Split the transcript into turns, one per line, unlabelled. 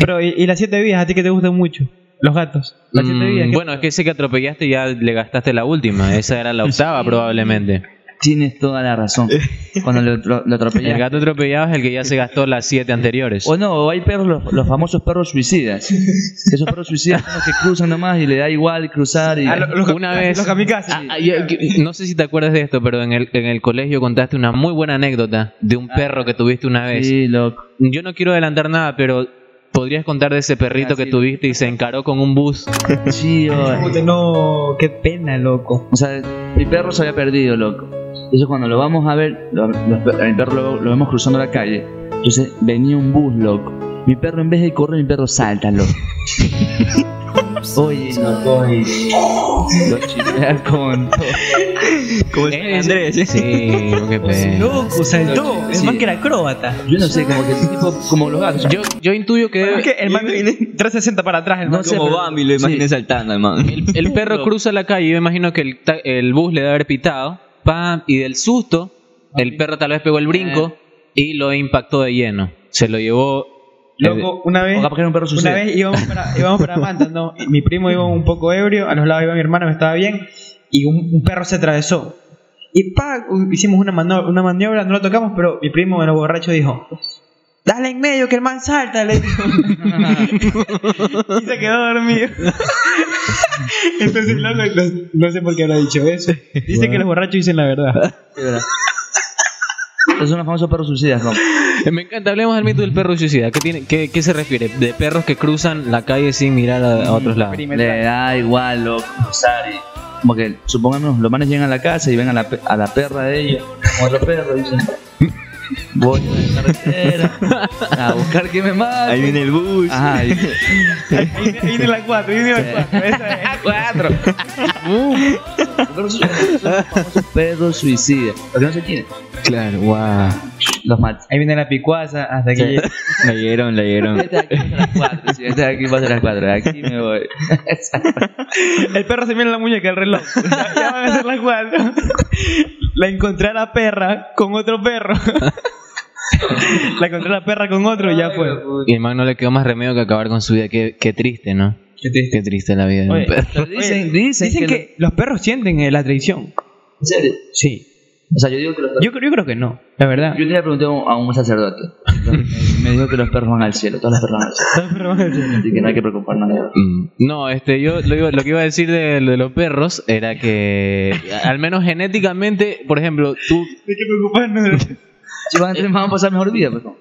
Pero, ¿y, y las siete vidas a ti que te gustan mucho? Los gatos. Las siete vidas.
Mm,
¿qué-
bueno, es que ese que atropellaste ya le gastaste la última. Esa era la octava probablemente.
Tienes toda la razón. Cuando lo, lo- lo
El
atropellan.
gato atropellado es el que ya se gastó las siete anteriores.
O no, o hay perros, los, los famosos perros suicidas. Esos perros suicidas son los que cruzan nomás y le da igual cruzar. Y...
Ah, lo- los-
Una vez.
Los kamikazes.
Ah, ah, yo- que- no sé si te acuerdas de esto, pero en el, en el colegio contaste una muy buena anécdota de un perro que tuviste una vez.
Sí, loco.
Yo no quiero adelantar nada, pero podrías contar de ese perrito
Ah,
que
sí.
tuviste y se encaró con un bus.
Sí, o-
Puta, no, qué pena, loco.
O sea, mi perro se había perdido, loco. Entonces cuando lo vamos a ver, lo- lo- a mi perro lo, lo vemos cruzando la calle. Entonces venía un bus, loco. Mi perro en vez de correr, mi perro salta, loco. Oye, loco, y lo chilea con todo.
Como el
Eh,
Andrés. Eh,
Sí, qué pena.
Loco, saltó.
Sí.
El man que era acróbata.
Yo no sé, como que el tipo, como los gatos.
Yo, yo intuyo que
Es que el man 360 para atrás, el man.
No sé,
Como
pero-
Bambi lo imaginé
sí.
saltando, hermano.
el, el perro cruza la calle. Yo imagino que el, ta- el bus le debe haber pitado. Pam, y del susto, el perro tal vez pegó el brinco
Eh.
y lo impactó de lleno. Se lo llevó.
Loco, una vez.
O capaz que era un perro
Una
suicida.
vez íbamos para, íbamos para Manta, ¿no? Mi primo iba un poco ebrio, a los lados iba mi hermano, me estaba bien, y un, un perro se atravesó. Y pa, hicimos una, mano- una maniobra, no lo tocamos, pero mi primo, el borracho, dijo: Dale en medio, que el man salta, le dijo. y se quedó dormido. Entonces, loco, no, no sé por qué habrá dicho eso. Dice que los borrachos dicen la verdad.
Esos son los famosos perros suicidas, ¿no?
Eh, Me encanta, hablemos del mito del perro suicida. ¿Qué, tiene, qué, qué se refiere? De perros que cruzan la calle sin mirar a, a otros lados.
Le da igual, loco, cruzar y... Como que, supongamos, los manes llegan a la casa y ven a la, pe- a la perra de ellos, o otro perro, y dicen... Voy a la carretera a buscar que me mate.
Ahí viene el bus.
Ajá, y-
Ahí viene- ahí viene la 4, viene la 4.
cuatro. Los perros suicidas. Los que no se quieren.
Claro, wow.
Los matan.
Ahí viene la picuaza, hasta que llega.
La dieron, la dieron.
Este de aquí pasa a las cuatro. sí, este de aquí pasa a las cuatro. de Aquí me voy.
El perro se mira en la muñeca, el reloj. Ya, ya van a ser las cuatro. La encontré a la perra con otro perro. La encontré a la perra con otro y ya fue.
Y el man no le quedó más remedio que acabar con su vida. Qué, qué triste, ¿no?
Qué triste.
Qué triste la vida de
Oye,
un perro.
Pero
Oye,
dicen, dicen,
Dicen que los perros sienten eh, la traición.
los- en serio.
Sí.
O sea, yo digo que los
Yo, creo- yo creo que no, la verdad.
Yo le pregunté a un- a un sacerdote. Me dijo que los perros van al cielo, todas las perros van al cielo. Así que no hay que preocuparnos de
Mm. No, este, yo lo, iba- lo que iba a decir de, de los perros era que, al menos genéticamente, por ejemplo, tú,
Hay que preocuparnos.
Si van a tener, van a pasar mejor vida, pues.